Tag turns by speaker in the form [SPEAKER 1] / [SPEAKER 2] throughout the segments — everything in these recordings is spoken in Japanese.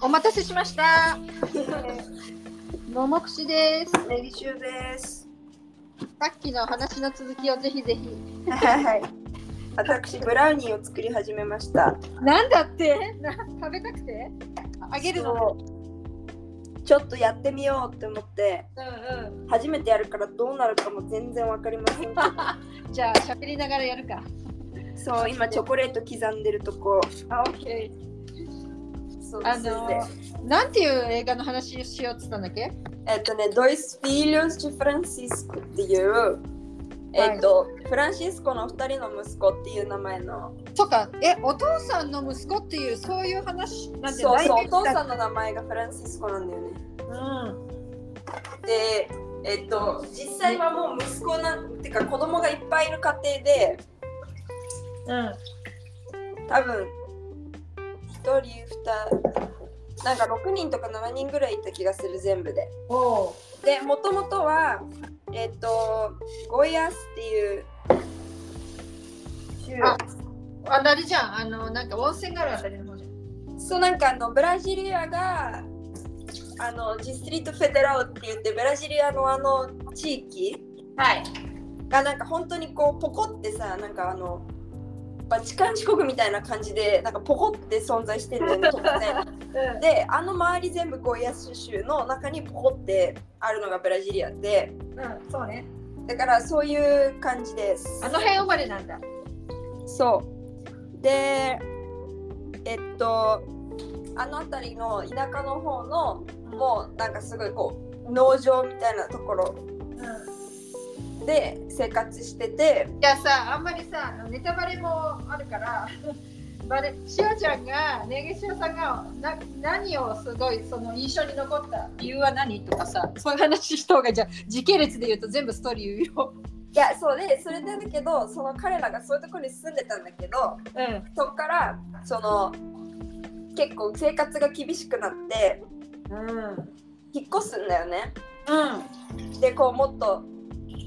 [SPEAKER 1] お待たせしました。桃串です。
[SPEAKER 2] 練習です。
[SPEAKER 1] さっきの話の続きをぜひぜひ。
[SPEAKER 2] はい。私、ブラウニーを作り始めました。
[SPEAKER 1] なんだってな食べたくてあげるの
[SPEAKER 2] そうちょっとやってみようって思って、
[SPEAKER 1] うん
[SPEAKER 2] 初めてやるからどうなるかも全然わかりませんけど。
[SPEAKER 1] うん。じゃあ喋りながらやるか。
[SPEAKER 2] そう、今チョコレート刻んでるとこ。
[SPEAKER 1] あ、オッケー。
[SPEAKER 2] そう
[SPEAKER 1] あの
[SPEAKER 2] です
[SPEAKER 1] ー、なんていう映画の話をしようって言ったんだっけ
[SPEAKER 2] えっとね、ドイス・フィーリョンス・フランシスコっていう、えっと、フランシスコの二人の息子っていう名前の、
[SPEAKER 1] そうか、え、お父さんの息子っていうそういう話なんて
[SPEAKER 2] そうそう、
[SPEAKER 1] い
[SPEAKER 2] お父さんの名前がフランシスコなんだよね。
[SPEAKER 1] うん。
[SPEAKER 2] で、えっと、実際はもう息子なんてか子供がいっぱいいる家庭で
[SPEAKER 1] うん。
[SPEAKER 2] 多分1人2人なんか6人とか7人ぐらいいた気がする全部で
[SPEAKER 1] おう。
[SPEAKER 2] でもともとはえっとゴイアスっていう
[SPEAKER 1] ああ、なるじゃん。あの、なんか温泉があるあたりの方じゃん。
[SPEAKER 2] そうなんかあのブラジリアがあのディストリート・フェデラオって言ってブラジリアのあの地域
[SPEAKER 1] はい。
[SPEAKER 2] がなんか本当にこうポコってさなんかあのバチカン四国みたいな感じでなんかポコって存在してるん だよね突然
[SPEAKER 1] う
[SPEAKER 2] であの周り全部ゴイアス州の中にポコってあるのがブラジリアで
[SPEAKER 1] ん。うん、そうね。
[SPEAKER 2] だからそういう感じです
[SPEAKER 1] あの辺生まれなんだ。
[SPEAKER 2] そうでえっとあの辺りの田舎の方のもうなんかすごいこう農場みたいなところ
[SPEAKER 1] うん。じ
[SPEAKER 2] で生活してて
[SPEAKER 1] ゃあさ、あんまりさ、あのネタバレもあるから、 バレ、しおちゃんが、ねげしおさんが、な、何をすごい、その印象に残った理由は何とかさ、そういう話した方が、じゃあ時系列で言うと全部ストーリー言うよ。
[SPEAKER 2] いやそうでそれでだけどその彼らがそういうところに住んでたんだけど
[SPEAKER 1] う
[SPEAKER 2] そっからその結構生活が厳しくなって
[SPEAKER 1] ん。うん。
[SPEAKER 2] 引っ越すんだよね
[SPEAKER 1] うん。
[SPEAKER 2] でこうもっと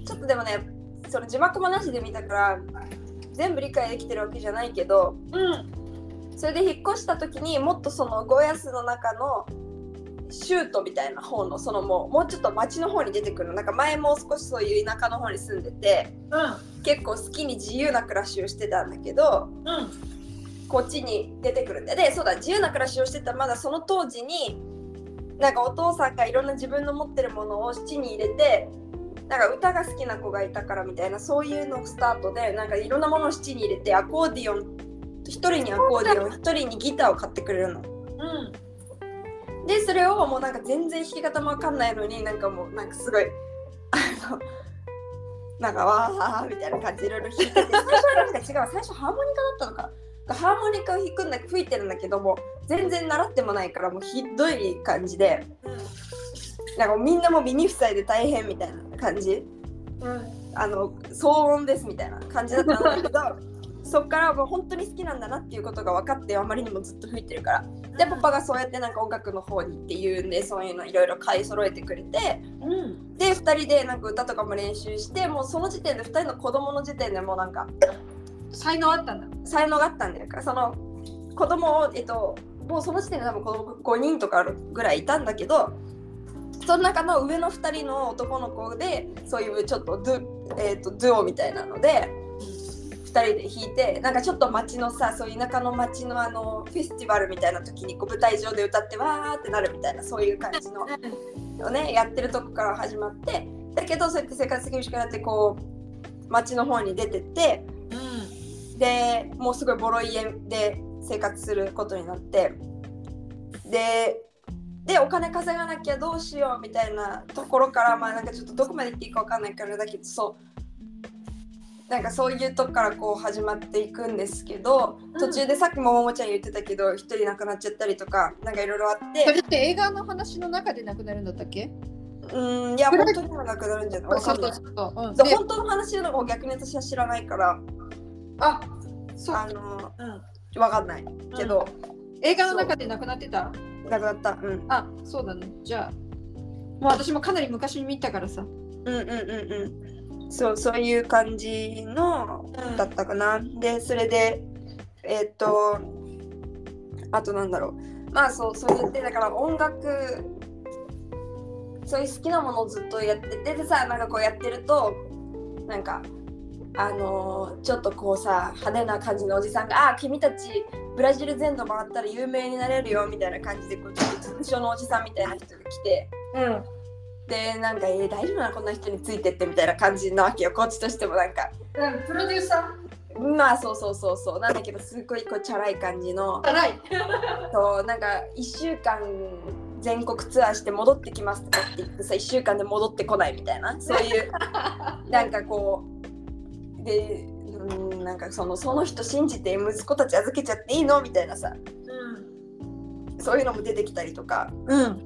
[SPEAKER 2] ちょっとでもねその字幕もなしで見たから全部理解できてるわけじゃないけど
[SPEAKER 1] うん。
[SPEAKER 2] それで引っ越した時にもっとそのゴヤスの中のシュートみたいな方のそのもうもうちょっと町の方に出てくるのなんか前もう少しそういう田舎の方に住んでて
[SPEAKER 1] う
[SPEAKER 2] 結構好きに自由な暮らしをしてたんだけ
[SPEAKER 1] ん。う
[SPEAKER 2] ど
[SPEAKER 1] ん。
[SPEAKER 2] こっちに出てくるんだでそうだ自由な暮らしをしてたまだその当時になんかお父さんがいろんな自分の持ってるものを七に入れてなんか歌が好きな子がいたからみたいなそういうのスタートでなんかいろんなものを七に入れてアコーディオン一人にアコーディオン一人にギターを買ってくれるの。
[SPEAKER 1] うん。
[SPEAKER 2] でそれをもうなんか全然弾き方もわかんないのになんかもうなんかすごいあのなんかわーみたいな感じでいろいろ弾いてて最初はなんか違う最初ハーモニカだったのかハーモニカを弾くんだ吹いてるんだけども全然習ってもないからもうひどい感じでなんかもうみんなもう耳塞いで大変みたいな感じ
[SPEAKER 1] うん。
[SPEAKER 2] あの騒音ですみたいな感じだったんだけどそっからもう本当に好きなんだなっていうことが分かってあまりにもずっと吹いてるからでパパがそうやってなんか音楽の方にっていうんでそういうのいろいろ買い揃えてくれて
[SPEAKER 1] うん。
[SPEAKER 2] で2人でなんか歌とかも練習してもうその時点で2人の子供の時点でもうなんか
[SPEAKER 1] 才能あったんだ。
[SPEAKER 2] 才能があったんだよからその子供をえっともうその時点で多分子供5人とかぐらいいたんだけどその中の上の2人の男の子でそういうちょっとドゥ,、えっとドゥオみたいなので2人で弾いてなんかちょっと街のさそういう田舎の街のあのフェスティバルみたいな時にこう舞台上で歌ってわーってなるみたいなそういう感じのをねやってるとこから始まってだけどそうやって生活厳しくなってこう街の方に出てって。
[SPEAKER 1] う
[SPEAKER 2] でもうすごいボロ家で生活することになってででお金稼がなきゃどうしようみたいなところからまあなんかちょっとどこまで行っていいか分かんないからだけどそうなんかそういうとこからこう始まっていくんですけど
[SPEAKER 1] うん
[SPEAKER 2] 途中でさっきもももちゃん言ってたけど一人亡くなっちゃったりとかなんかいろいろあっ
[SPEAKER 1] ん。そ
[SPEAKER 2] て
[SPEAKER 1] れって映画の話の中でなくなるんだったっけ？
[SPEAKER 2] うんいや
[SPEAKER 1] 暗い
[SPEAKER 2] 本当にも亡くなるんじゃないわかんない
[SPEAKER 1] そうそうそう。うん
[SPEAKER 2] そう
[SPEAKER 1] で
[SPEAKER 2] 本当の話の方逆に私は知らないから
[SPEAKER 1] あ、そう。
[SPEAKER 2] あの
[SPEAKER 1] うん。
[SPEAKER 2] 分かんないけど、
[SPEAKER 1] 映画の中でなくなってた？
[SPEAKER 2] 亡くなったうん
[SPEAKER 1] あ、そうだね。じゃあ、もう私もかなり昔に見たからさ。
[SPEAKER 2] うんうんうんうんそうそういう感じのだったかな、でそれでえーっとあとなんだろうまあそうそれでだから音楽そういう好きなものをずっとやっててでさなんかこうやってるとなんかあのーちょっとこうさ派手な感じのおじさんが「あー君たちブラジル全土回ったら有名になれるよ」みたいな感じでこうちょっと通称のおじさんみたいな人が来て。
[SPEAKER 1] うん
[SPEAKER 2] でなんか「えー大丈夫なのこんな人についてって」みたいな感じなわけよこっちとしてもなんか
[SPEAKER 1] うん、プロデューサ
[SPEAKER 2] まあそうそうそうそうなんだけどすごいこうチャラい感じ
[SPEAKER 1] ー
[SPEAKER 2] の
[SPEAKER 1] 辛い。
[SPEAKER 2] そうなんか1週間全国ツアーして戻ってきますとかって言ってさ1週間で戻ってこないみたいなそういうなんかこうでうんなんかそのその人信じて息子たち預けちゃっていいのみたいなさそういうのも出てきたりとか
[SPEAKER 1] うん。うん。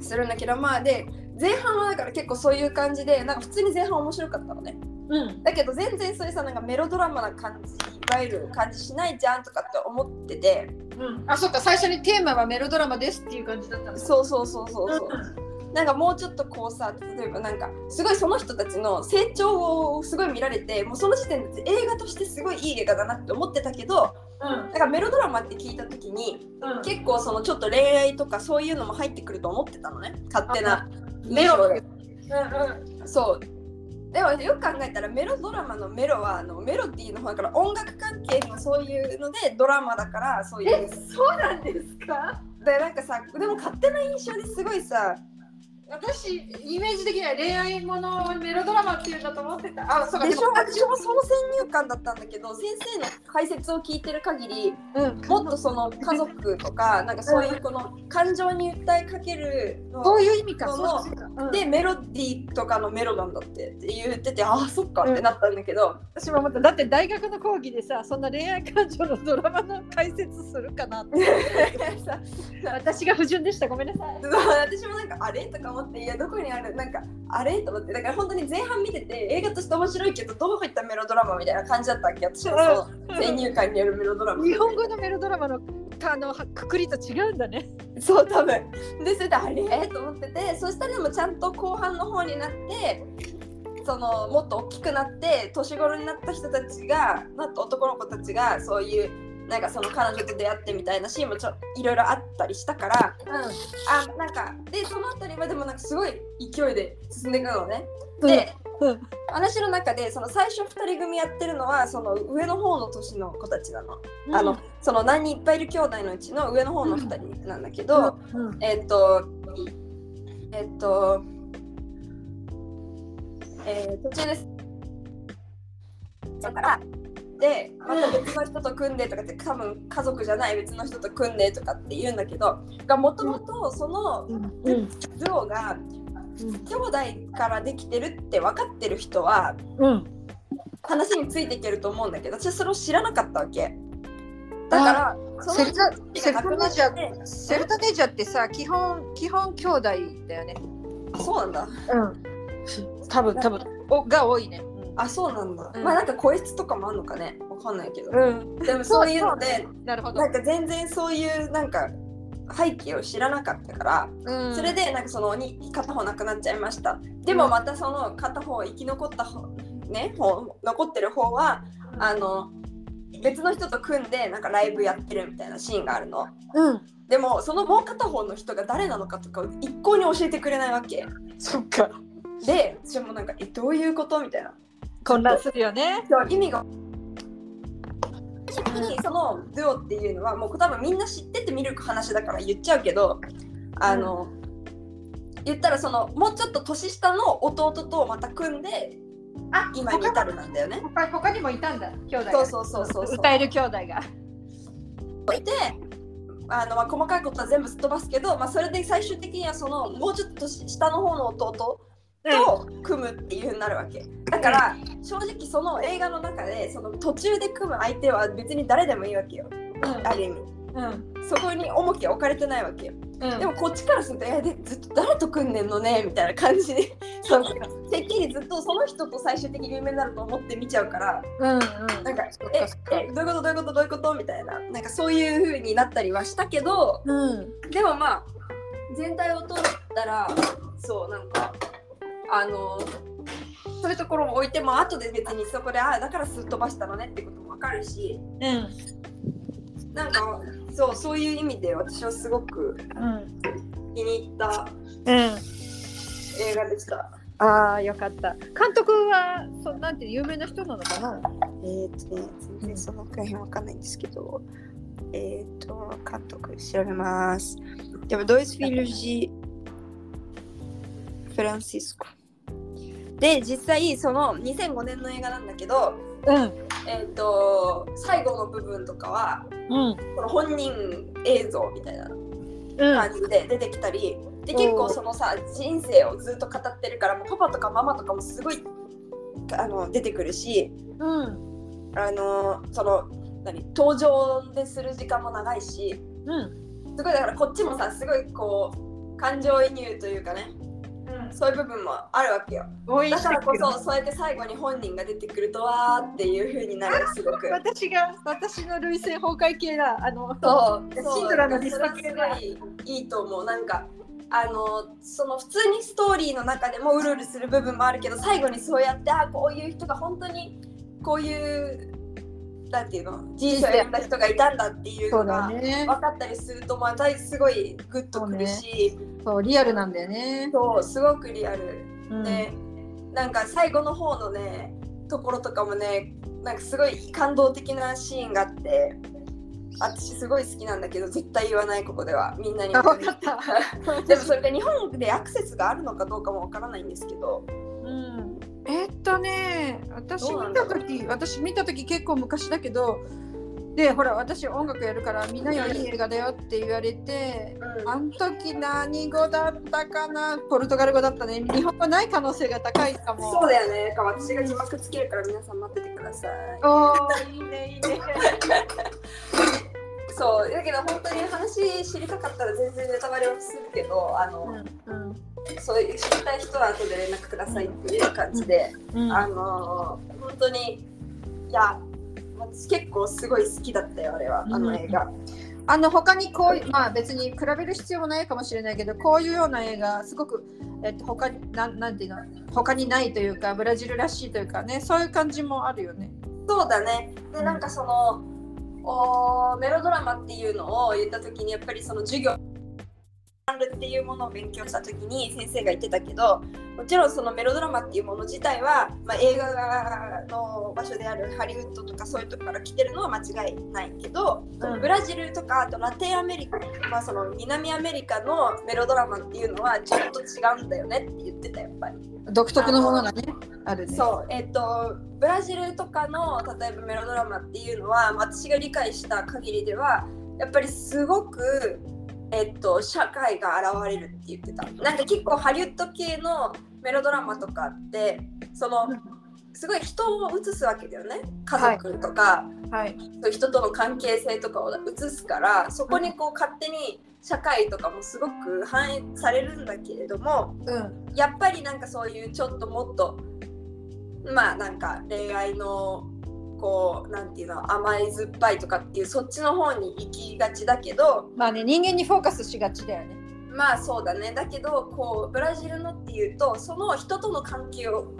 [SPEAKER 2] するんだけどまあで前半はだから結構そういう感じでなんか普通に前半面白かったのね
[SPEAKER 1] うん。
[SPEAKER 2] だけど全然そういうさなんかメロドラマな感じいわゆる感じしないじゃんとかって思ってて
[SPEAKER 1] うん。あ、そっか、最初にテーマはメロドラマですっていう感じだったんです。
[SPEAKER 2] そうそうそうそうそうう。なんかもうちょっとこうさ例えばなんかすごいその人たちの成長をすごい見られてもうその時点で映画としてすごいいい映画だなって思ってたけど
[SPEAKER 1] うん。
[SPEAKER 2] なんかメロドラマって聞いた時に
[SPEAKER 1] うん。
[SPEAKER 2] 結構そのちょっと恋愛とかそういうのも入ってくると思ってたのね勝手な
[SPEAKER 1] メロ
[SPEAKER 2] 印象
[SPEAKER 1] うん
[SPEAKER 2] でそうでもよく考えたらメロドラマのメロはあのメロディーの方だから音楽関係のそういうのでドラマだからそう
[SPEAKER 1] う
[SPEAKER 2] い
[SPEAKER 1] ん。え、
[SPEAKER 2] う
[SPEAKER 1] そうなんですか。
[SPEAKER 2] でなんかさでも勝手な印象ですごいさ
[SPEAKER 1] 私、イメージ的には恋愛ものをメロドラマっていうんだと思ってた。あ、そうか、
[SPEAKER 2] でしょ
[SPEAKER 1] あ、で
[SPEAKER 2] 私
[SPEAKER 1] しょ
[SPEAKER 2] もその先入観だったんだけど先生の解説を聞いてる限り
[SPEAKER 1] うん。
[SPEAKER 2] もっとその家族とかなんかそういうこの感情に訴えかける
[SPEAKER 1] そ
[SPEAKER 2] の
[SPEAKER 1] ういう意味か。
[SPEAKER 2] そう
[SPEAKER 1] うか
[SPEAKER 2] でメロディーとかのメロなんだってって言っててああそっかってなったんだけど、
[SPEAKER 1] 私も思っただって大学の講義でさそんな恋愛感情のドラマの解説するかなって
[SPEAKER 2] さ
[SPEAKER 1] 私が不純でしたごめんなさい
[SPEAKER 2] 私もなんかあれとか思っていやどこにあるなんかあれと思ってだから本当に前半見てて映画として面白いけどどういったメロドラマみたいな感じだったわけ私のその先入観によるメロドラマ
[SPEAKER 1] 日本語のメロドラマのあのくくりと違うんだね
[SPEAKER 2] そう多分でそれであれと思っててそしたらでもちゃんと後半の方になってそのもっと大きくなって年頃になった人たちがなった男の子たちがそういうなんかその彼女と出会ってみたいなシーンもちょいろいろあったりしたから
[SPEAKER 1] う
[SPEAKER 2] あなんかでそのあたりはでもなんかすごい勢いで進んでいくのね。
[SPEAKER 1] ん
[SPEAKER 2] で、
[SPEAKER 1] うん
[SPEAKER 2] 私の中でその最初2人組やってるのはその上の方の年の子たちなの,、あのその何人いっぱいいる兄弟のうちの上の方の2人なんだけど、
[SPEAKER 1] うんうん
[SPEAKER 2] えっと、えっと、えー、途中です。だから、で、また別の人と組んでとかって、多分家族じゃない別の人と組んでとかって言うんだけど、がもともとその
[SPEAKER 1] うん
[SPEAKER 2] 図をが兄弟からできてるって分かってる人は、
[SPEAKER 1] うん
[SPEAKER 2] 話についていけると思うんだけど、私はそれを知らなかったわけ。だから、そ
[SPEAKER 1] セ
[SPEAKER 2] の
[SPEAKER 1] ルタセル
[SPEAKER 2] 人
[SPEAKER 1] タ
[SPEAKER 2] が亡く
[SPEAKER 1] ネ
[SPEAKER 2] なっ
[SPEAKER 1] ージャー
[SPEAKER 2] て、
[SPEAKER 1] セルタネージャーってさ基本基本兄弟だよね
[SPEAKER 2] そうなんだ。
[SPEAKER 1] うん多分多分おが多いね
[SPEAKER 2] あ、そうなんだ。
[SPEAKER 1] うん
[SPEAKER 2] まあなんか個室とかもあんのかね。わかんないけど。
[SPEAKER 1] うん
[SPEAKER 2] でもそういうので、
[SPEAKER 1] なるほど
[SPEAKER 2] なんか全然そういうなんか背景を知らなかったから、
[SPEAKER 1] うん
[SPEAKER 2] それでなんかそのに片方なくなっちゃいました。でもまたその片方生き残った方ね、方残ってる方はあの別の人と組んでなんかライブやってるみたいなシーンがあるの。
[SPEAKER 1] うん
[SPEAKER 2] でもそのもう片方の人が誰なのかとかを一向に教えてくれないわけ。
[SPEAKER 1] そっか
[SPEAKER 2] で、私もなんかえどういうことみたいな。
[SPEAKER 1] 混乱するよね
[SPEAKER 2] そう意味がちなみにその「デュオ」っていうのはもう多分みんな知ってて見る話だから言っちゃうけどあの、言ったらそのもうちょっと年下の弟とまた組んで
[SPEAKER 1] あ
[SPEAKER 2] 今に至るなんだよね。
[SPEAKER 1] 他他にもいたんだ兄弟が
[SPEAKER 2] そうそうそうそうそう
[SPEAKER 1] 歌える兄弟が
[SPEAKER 2] あのまあ細かいことは全部すっ飛ばすけど、まあ、それで最終的にはそのもうちょっと年下の方の弟と組むっていうふうになるわけだから正直その映画の中でその途中で組む相手は別に誰でもいいわけよある意味
[SPEAKER 1] うんうん
[SPEAKER 2] そこに重きは置かれてないわけよ
[SPEAKER 1] うん
[SPEAKER 2] でもこっちからすると「えでずっと誰と組んでんのね」みたいな感じでそのてっきりずっとその人と最終的に有名になると思って見ちゃうから
[SPEAKER 1] うんうん
[SPEAKER 2] なんか
[SPEAKER 1] そっ
[SPEAKER 2] 「
[SPEAKER 1] かそっか
[SPEAKER 2] ええどういうことどういうことどういうこと?」みたいななんかそういう風になったりはしたけど
[SPEAKER 1] うん
[SPEAKER 2] でもまあ全体を通ったらそうなんかあのそういうところも置いても後で別にそこで「ああだからすっ飛ばしたのね」ってこともわかるし
[SPEAKER 1] うん
[SPEAKER 2] なんかそうそういう意味で私はすごく
[SPEAKER 1] うん
[SPEAKER 2] 気に入った
[SPEAKER 1] うん
[SPEAKER 2] 映画でした。
[SPEAKER 1] ああよかった監督はそうなんて有名な人なのかな
[SPEAKER 2] えー、とね、全然そのくらいわかんないんですけど、えー、と、監督調べます。でも、ドイツ・フィルジー・フランシスコ。で、実際、その2005年の映画なんだけど、
[SPEAKER 1] うん
[SPEAKER 2] えー、と、最後の部分とかは、
[SPEAKER 1] うん
[SPEAKER 2] この本人映像みたいな
[SPEAKER 1] うん
[SPEAKER 2] 感じで出てきたり、で、結構そのさ、人生をずっと語ってるから、もうパパとかママとかもすごいあの出てくるし、
[SPEAKER 1] うん
[SPEAKER 2] あのその何登場でする時間も長いし
[SPEAKER 1] うん
[SPEAKER 2] すごいだからこっちもさすごいこう感情移入というかねそういう部分もあるわけよ
[SPEAKER 1] 応援
[SPEAKER 2] だ
[SPEAKER 1] して
[SPEAKER 2] から
[SPEAKER 1] く
[SPEAKER 2] こ
[SPEAKER 1] れ
[SPEAKER 2] そそうやって最後に本人が出てくるとわーっていう風になるすごく
[SPEAKER 1] 私が私の類性崩壊系だあの
[SPEAKER 2] そう
[SPEAKER 1] シンドラのリスト
[SPEAKER 2] それはすごいいいと思うなんかあのその普通にストーリーの中でもうるうるする部分もあるけど最後にそうやってあこういう人が本当にこういうなんていうの人生をやった人がいたんだっていうのが
[SPEAKER 1] ね
[SPEAKER 2] 分かったりするとまたすごいグッとくるし
[SPEAKER 1] そうリアルなんだよね
[SPEAKER 2] そう、すごくリアル
[SPEAKER 1] うん
[SPEAKER 2] で、なんか最後の方のねところとかもねなんかすごい感動的なシーンがあって私すごい好きなんだけど絶対言わないここではみんなに
[SPEAKER 1] あ分かった
[SPEAKER 2] でもそれが日本でアクセスがあるのかどうかもわからないんですけど
[SPEAKER 1] うんえーっとね私
[SPEAKER 2] どうな
[SPEAKER 1] 見
[SPEAKER 2] んだ
[SPEAKER 1] た
[SPEAKER 2] ろう
[SPEAKER 1] 時私見た時結構昔だけどでほら私音楽やるからみんなよいい映画だよって言われてあの時何語だったかなポルトガル語だったね日本語ない可能性が高いかも
[SPEAKER 2] そうだよねなんか私が字幕つけるから皆さん待っててください
[SPEAKER 1] おーいいねいいね
[SPEAKER 2] そうだけど本当に話知りたかったら全然ネタバレをするけどあの、
[SPEAKER 1] うん
[SPEAKER 2] そういう知りたい人は後で連絡くださいっていう感じで、
[SPEAKER 1] うん
[SPEAKER 2] あのー本当にいや私結構すごい好きだったよあれはあの映画、
[SPEAKER 1] あの他にこういうまあ別に比べる必要もないかもしれないけどこういうような映画すごく、えっと、他になんなんていうの他にないというかブラジルらしいというかねそういう感じもあるよね。
[SPEAKER 2] そうだねでなんかそのおーメロドラマっていうのを言った時にやっぱりその授業ジャンルっていうものを勉強した時に先生が言ってたけどもちろんそのメロドラマっていうもの自体は、まあ、映画の場所であるハリウッドとかそういうとこから来てるのは間違いないけど、
[SPEAKER 1] うん
[SPEAKER 2] ブラジルとかあとラテンアメリカ、まあ、その南アメリカのメロドラマっていうのはちょっと違うんだよねって言ってたやっぱり。
[SPEAKER 1] 独特のものがねあるね。
[SPEAKER 2] そうえっ、とブラジルとかの例えばメロドラマっていうのはまあ私が理解した限りではやっぱりすごく、えっと社会が現れるって言ってたなんか結構ハリウッド系のメロドラマとかってそのすごい人を映すわけだよね家族とか、
[SPEAKER 1] はい。
[SPEAKER 2] そう人との関係性とかを映すからそこにこう勝手に社会とかもすごく反映されるんだけれども、
[SPEAKER 1] うん。
[SPEAKER 2] やっぱりなんかそういうちょっともっとまあなんか恋愛のこうなんていうの甘い酸っぱいとかっていうそっちの方に行きがちだけど
[SPEAKER 1] まあね人間にフォーカスしがちだよね。
[SPEAKER 2] まあそうだねだけどこうブラジルのっていうとその人との関係を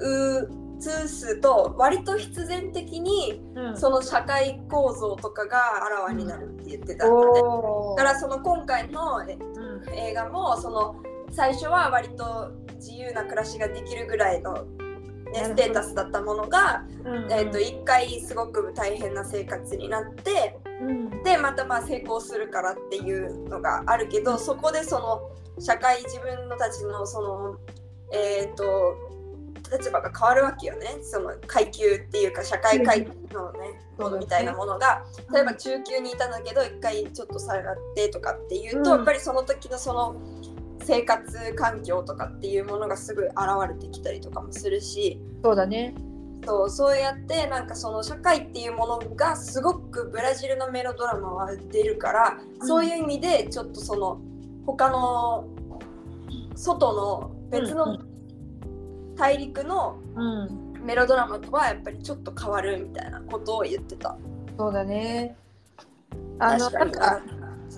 [SPEAKER 2] う通すと割と必然的に
[SPEAKER 1] うん
[SPEAKER 2] その社会構造とかがあらわになるって言ってたので、
[SPEAKER 1] おお
[SPEAKER 2] だからその今回のえ
[SPEAKER 1] うん
[SPEAKER 2] 映画もその最初は割と自由な暮らしができるぐらいの、
[SPEAKER 1] な
[SPEAKER 2] ね、
[SPEAKER 1] るほど
[SPEAKER 2] ステータスだったものが、
[SPEAKER 1] うん
[SPEAKER 2] えー、と一回すごく大変な生活になって
[SPEAKER 1] うん
[SPEAKER 2] でまたまあ成功するからっていうのがあるけどそこでその社会自分のたちのそのえっ、と立場が変わるわけよねその階級っていうか社会階級のねものみたいなものが例えば中級にいたんだけど一回ちょっと下がってとかっていうと、
[SPEAKER 1] うん
[SPEAKER 2] やっぱりその時のその生活環境とかっていうものがすぐ現れてきたりとかもするし
[SPEAKER 1] そうだね。
[SPEAKER 2] そうそうやってなんかその社会っていうものがすごくブラジルのメロドラマは出るから、そういう意味でちょっとその他の外の別
[SPEAKER 1] う
[SPEAKER 2] の大陸の
[SPEAKER 1] うん。
[SPEAKER 2] メロドラマとはやっぱりちょっと変わるみたいなことを言ってた。
[SPEAKER 1] そうだね。あの
[SPEAKER 2] 確か
[SPEAKER 1] な
[SPEAKER 2] に
[SPEAKER 1] んか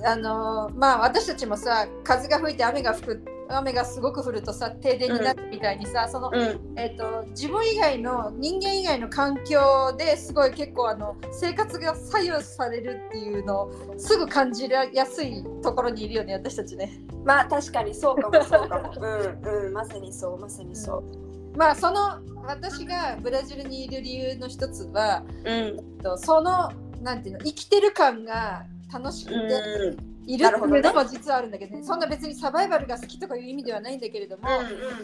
[SPEAKER 1] あのまあ私たちもさ風が吹いて雨が吹く雨がすごく降るとさ停電になるみたいにさ、その、
[SPEAKER 2] うん
[SPEAKER 1] えっと自分以外の人間以外の環境ですごい結構あの生活が左右されるっていうのをすぐ感じやすいところにいるよね私たちね。
[SPEAKER 2] まあ確かにそうかもそうか もうんうんまさにそうまさにそう
[SPEAKER 1] まあその私がブラジルにいる理由の一つは
[SPEAKER 2] うん
[SPEAKER 1] えっとそのなんていうの生きてる感が楽しくて
[SPEAKER 2] うん
[SPEAKER 1] いる
[SPEAKER 2] な
[SPEAKER 1] って
[SPEAKER 2] るほど
[SPEAKER 1] い
[SPEAKER 2] ね
[SPEAKER 1] うのも実はあるんだけどねそんな別にサバイバルが好きとかいう意味ではないんだけれども、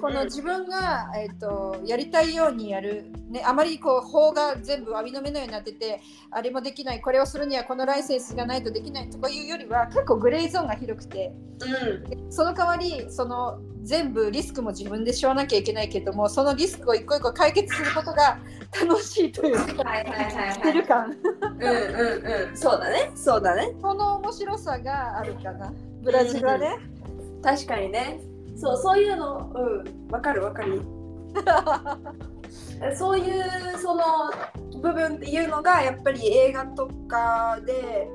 [SPEAKER 1] この自分が、えっとやりたいようにやる、ね、あまりこう法が全部網の目のようになっててあれもできないこれをするにはこのライセンスがないとできないとかいうよりは結構グレーゾーンが広くて
[SPEAKER 2] う
[SPEAKER 1] その代わりその全部リスクも自分でしょうなきゃいけないけどもそのリスクを一個一個解決することが楽しいというか。
[SPEAKER 2] んはいはいはい
[SPEAKER 1] 生きてる感
[SPEAKER 2] うんうんうんそうだねそうだね
[SPEAKER 1] この面白さがあるかなブラジルはね、
[SPEAKER 2] 確かにねそうそういうのうんわかるわか るそういうその部分っていうのがやっぱり映画とかで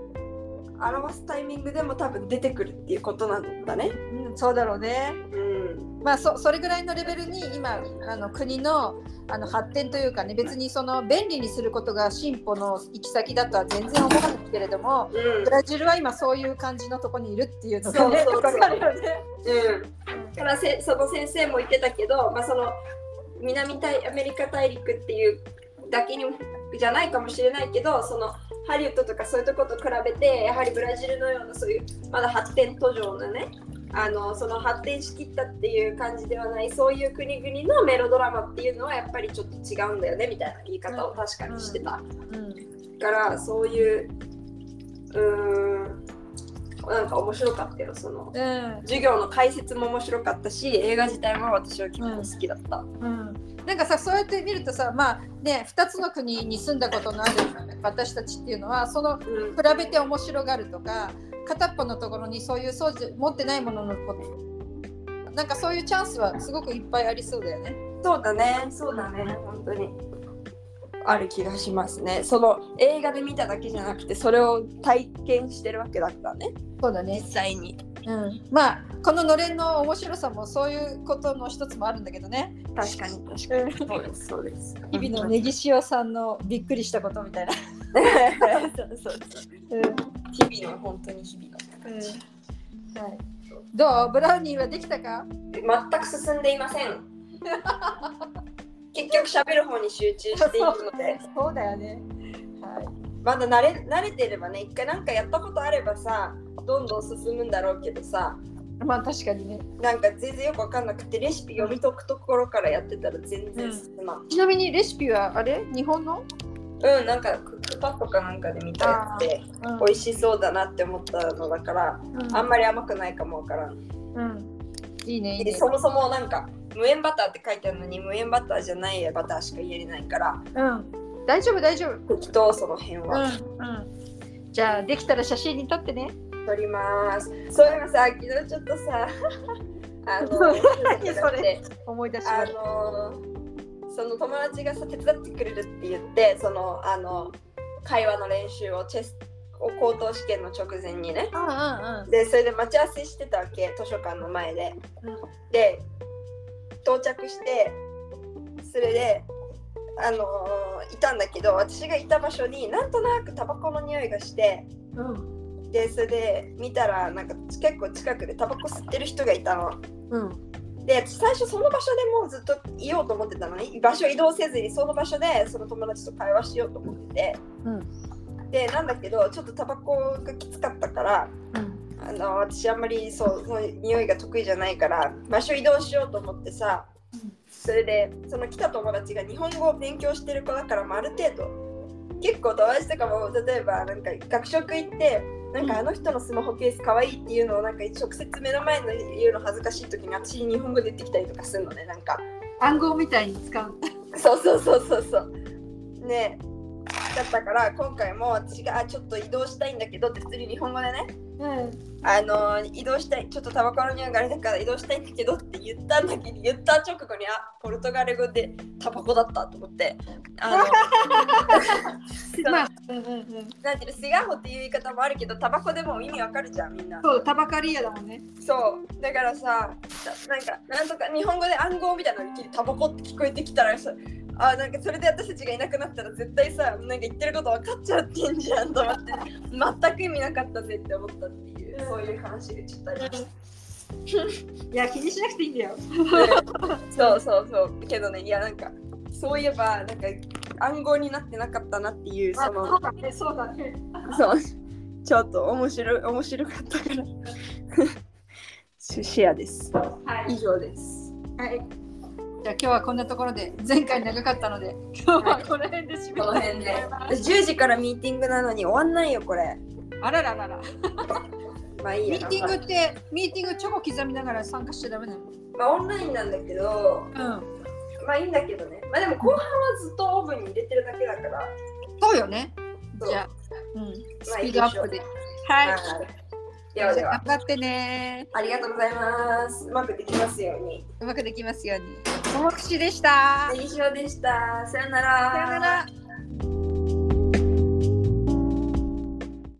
[SPEAKER 2] 表すタイミングでも多分出てくるっていうことなんだね。
[SPEAKER 1] うん、そうだろうね
[SPEAKER 2] うん、
[SPEAKER 1] まあそそれぐらいのレベルに今あの国のあの発展というかね別にその便利にすることが進歩の行き先だとは全然思わないけれども
[SPEAKER 2] うん
[SPEAKER 1] ブラジルは今そういう感じのとこにいるっていうの
[SPEAKER 2] そ
[SPEAKER 1] が
[SPEAKER 2] うそう
[SPEAKER 1] ね
[SPEAKER 2] そう
[SPEAKER 1] よくわかるよね。
[SPEAKER 2] うん、からせその先生も言ってたけど、まあ、その南大アメリカ大陸っていうだけにじゃないかもしれないけどそのハリウッドとかそういうとこと比べてやはりブラジルのようなそういうまだ発展途上のねあのその発展しきったっていう感じではないそういう国々のメロドラマっていうのはやっぱりちょっと違うんだよねみたいな言い方を確かにしてた。
[SPEAKER 1] うん
[SPEAKER 2] からそういううーんなんか面白かったよその
[SPEAKER 1] うん
[SPEAKER 2] 授業の解説も面白かったし映画自体も私は結構好きだった、
[SPEAKER 1] うんなんかさそうやって見るとさまあね2つの国に住んだことのある私たちっていうのはその比
[SPEAKER 2] うん
[SPEAKER 1] べて面白がるとか片っぽのところにそういう装置持ってないもののことなんかそういうチャンスはすごくいっぱいありそうだよね。
[SPEAKER 2] そうだねそうだね本当にある気がしますねその映画で見ただけじゃなくてそれを体験してるわけだからね
[SPEAKER 1] そうだね
[SPEAKER 2] 実際に
[SPEAKER 1] うん、まあこののれんの面白さもそういうことの一つもあるんだけどね
[SPEAKER 2] 確かに確かにそうですそうです
[SPEAKER 1] 日々のネギ塩さんのびっくりしたことみたいな。
[SPEAKER 2] そうそう
[SPEAKER 1] うん
[SPEAKER 2] そう日々の本当に日々の
[SPEAKER 1] はい、どうブラウニーはできたか
[SPEAKER 2] 全く進んでいません 結局喋る方に集中しているので
[SPEAKER 1] そうだよね。はい
[SPEAKER 2] まだ慣れ慣れてればね一回なんかやったことあればさどんどん進むんだろうけどさ
[SPEAKER 1] まあ確かにね。
[SPEAKER 2] なんか全然よくわかんなくてレシピ読み解くところからやってたら全然進まん
[SPEAKER 1] ちなみにレシピはあれ日本の、
[SPEAKER 2] うん、なんかクックパッドかなんかで見たやつで
[SPEAKER 1] うん
[SPEAKER 2] 美味しそうだなって思ったのだから
[SPEAKER 1] うん
[SPEAKER 2] あんまり甘くないかもわからん
[SPEAKER 1] うんいいねいい
[SPEAKER 2] で
[SPEAKER 1] ね。
[SPEAKER 2] そもそもなんか無塩バターって書いてあるのに無塩バターじゃないバターしか入れれないか
[SPEAKER 1] う
[SPEAKER 2] ら
[SPEAKER 1] ん、大丈夫大丈夫。
[SPEAKER 2] 適当その辺
[SPEAKER 1] う
[SPEAKER 2] は
[SPEAKER 1] んうん、じゃあできたら写真に撮ってね。
[SPEAKER 2] 撮りますそういえばさ昨日ちょっとさ あの
[SPEAKER 1] 何それ思い出し
[SPEAKER 2] あ
[SPEAKER 1] まし
[SPEAKER 2] のーその友達がさ手伝ってくれるって言ってそのあの会話の練習をチェスを高等試験の直前にね
[SPEAKER 1] た。うんうんうん。
[SPEAKER 2] でそれで待ち合わせしてたわけ図書館の前で、
[SPEAKER 1] うん
[SPEAKER 2] で到着してそれであのーいたんだけど私がいた場所になんとなくタバコの匂いがして
[SPEAKER 1] うん
[SPEAKER 2] でそれで見たらなんか結構近くでタバコ吸ってる人がいたの。
[SPEAKER 1] うん
[SPEAKER 2] で私最初その場所でもうずっといようと思ってたのに場所移動せずにその場所でその友達と会話しようと思ってて、でなんだけどちょっとタバコがきつかったから
[SPEAKER 1] うん
[SPEAKER 2] あの私あんまりそうそういう匂いが得意じゃないから場所移動しようと思ってさ
[SPEAKER 1] うん
[SPEAKER 2] それでその来た友達が日本語を勉強してる子だから、まあ、ある程度結構友達とかも例えばなんか学食行ってなんかあの人のスマホケース可愛いっていうのをなんか直接目の前の言うの恥ずかしい時に私に日本語出てきたりとかするのねなんか
[SPEAKER 1] 暗号みたいに使う。
[SPEAKER 2] そうそうそうそうそうねえだったから今回も私があちょっと移動したいんだけどって普通に日本語でね
[SPEAKER 1] うん
[SPEAKER 2] あのー移動したいちょっとタバコの匂いがあれだから移動したいんだけどって言ったんだけど言った直後にあポルトガル語でタバコだったと思ってあのすそ の
[SPEAKER 3] まあ、うんうんうん、
[SPEAKER 2] なんていうのシガホっていう言い方もあるけどタバコでも意味わかるじゃんみんな
[SPEAKER 1] そう、タバカリアだもんね。
[SPEAKER 2] そうだからさななんかなんとか日本語で暗号みたいなのにタバコって聞こえてきたらさあなんかそれで私たちがいなくなったら絶対さなんか言ってること分かっちゃってんじゃんと思って全く意味なかったぜって思ったっていうそういう話がちょっとありまし
[SPEAKER 1] いや、気にしなくていいんだよ。
[SPEAKER 2] たそうそうそうけどねいやなんかそういえばなんか暗号になってなかったなっていう
[SPEAKER 1] あ
[SPEAKER 2] その
[SPEAKER 1] そうだね、そうだね。
[SPEAKER 2] そう。ちょっと面白い、面白かったから。 シシェアです。
[SPEAKER 1] はい
[SPEAKER 2] 以。上です。
[SPEAKER 1] はい。じゃあ今日はこんなところで前回長かったので今日はこの辺で締めたいと思います
[SPEAKER 2] 10時からミーティングなのに終わんないよ、これ。
[SPEAKER 1] あらららら
[SPEAKER 2] まあいいや
[SPEAKER 1] ミーティングってミーティングチョコ刻みながら参加しちゃダメなの
[SPEAKER 2] まあオンラインなんだけど、
[SPEAKER 1] うん
[SPEAKER 2] まあいいんだけどね。まあでも後半はずっとオーブンに入れてるだけだから。
[SPEAKER 1] そうよね
[SPEAKER 2] そう
[SPEAKER 1] じゃあ、うん、スピードアップで
[SPEAKER 2] は
[SPEAKER 1] はいい
[SPEAKER 2] ではでは、
[SPEAKER 1] 頑張ってね
[SPEAKER 2] ありがとうございます。うまくできますように。
[SPEAKER 1] うまくできますように。ももくしでした。
[SPEAKER 2] ネギ塩でした。さよなら。
[SPEAKER 1] さよなら。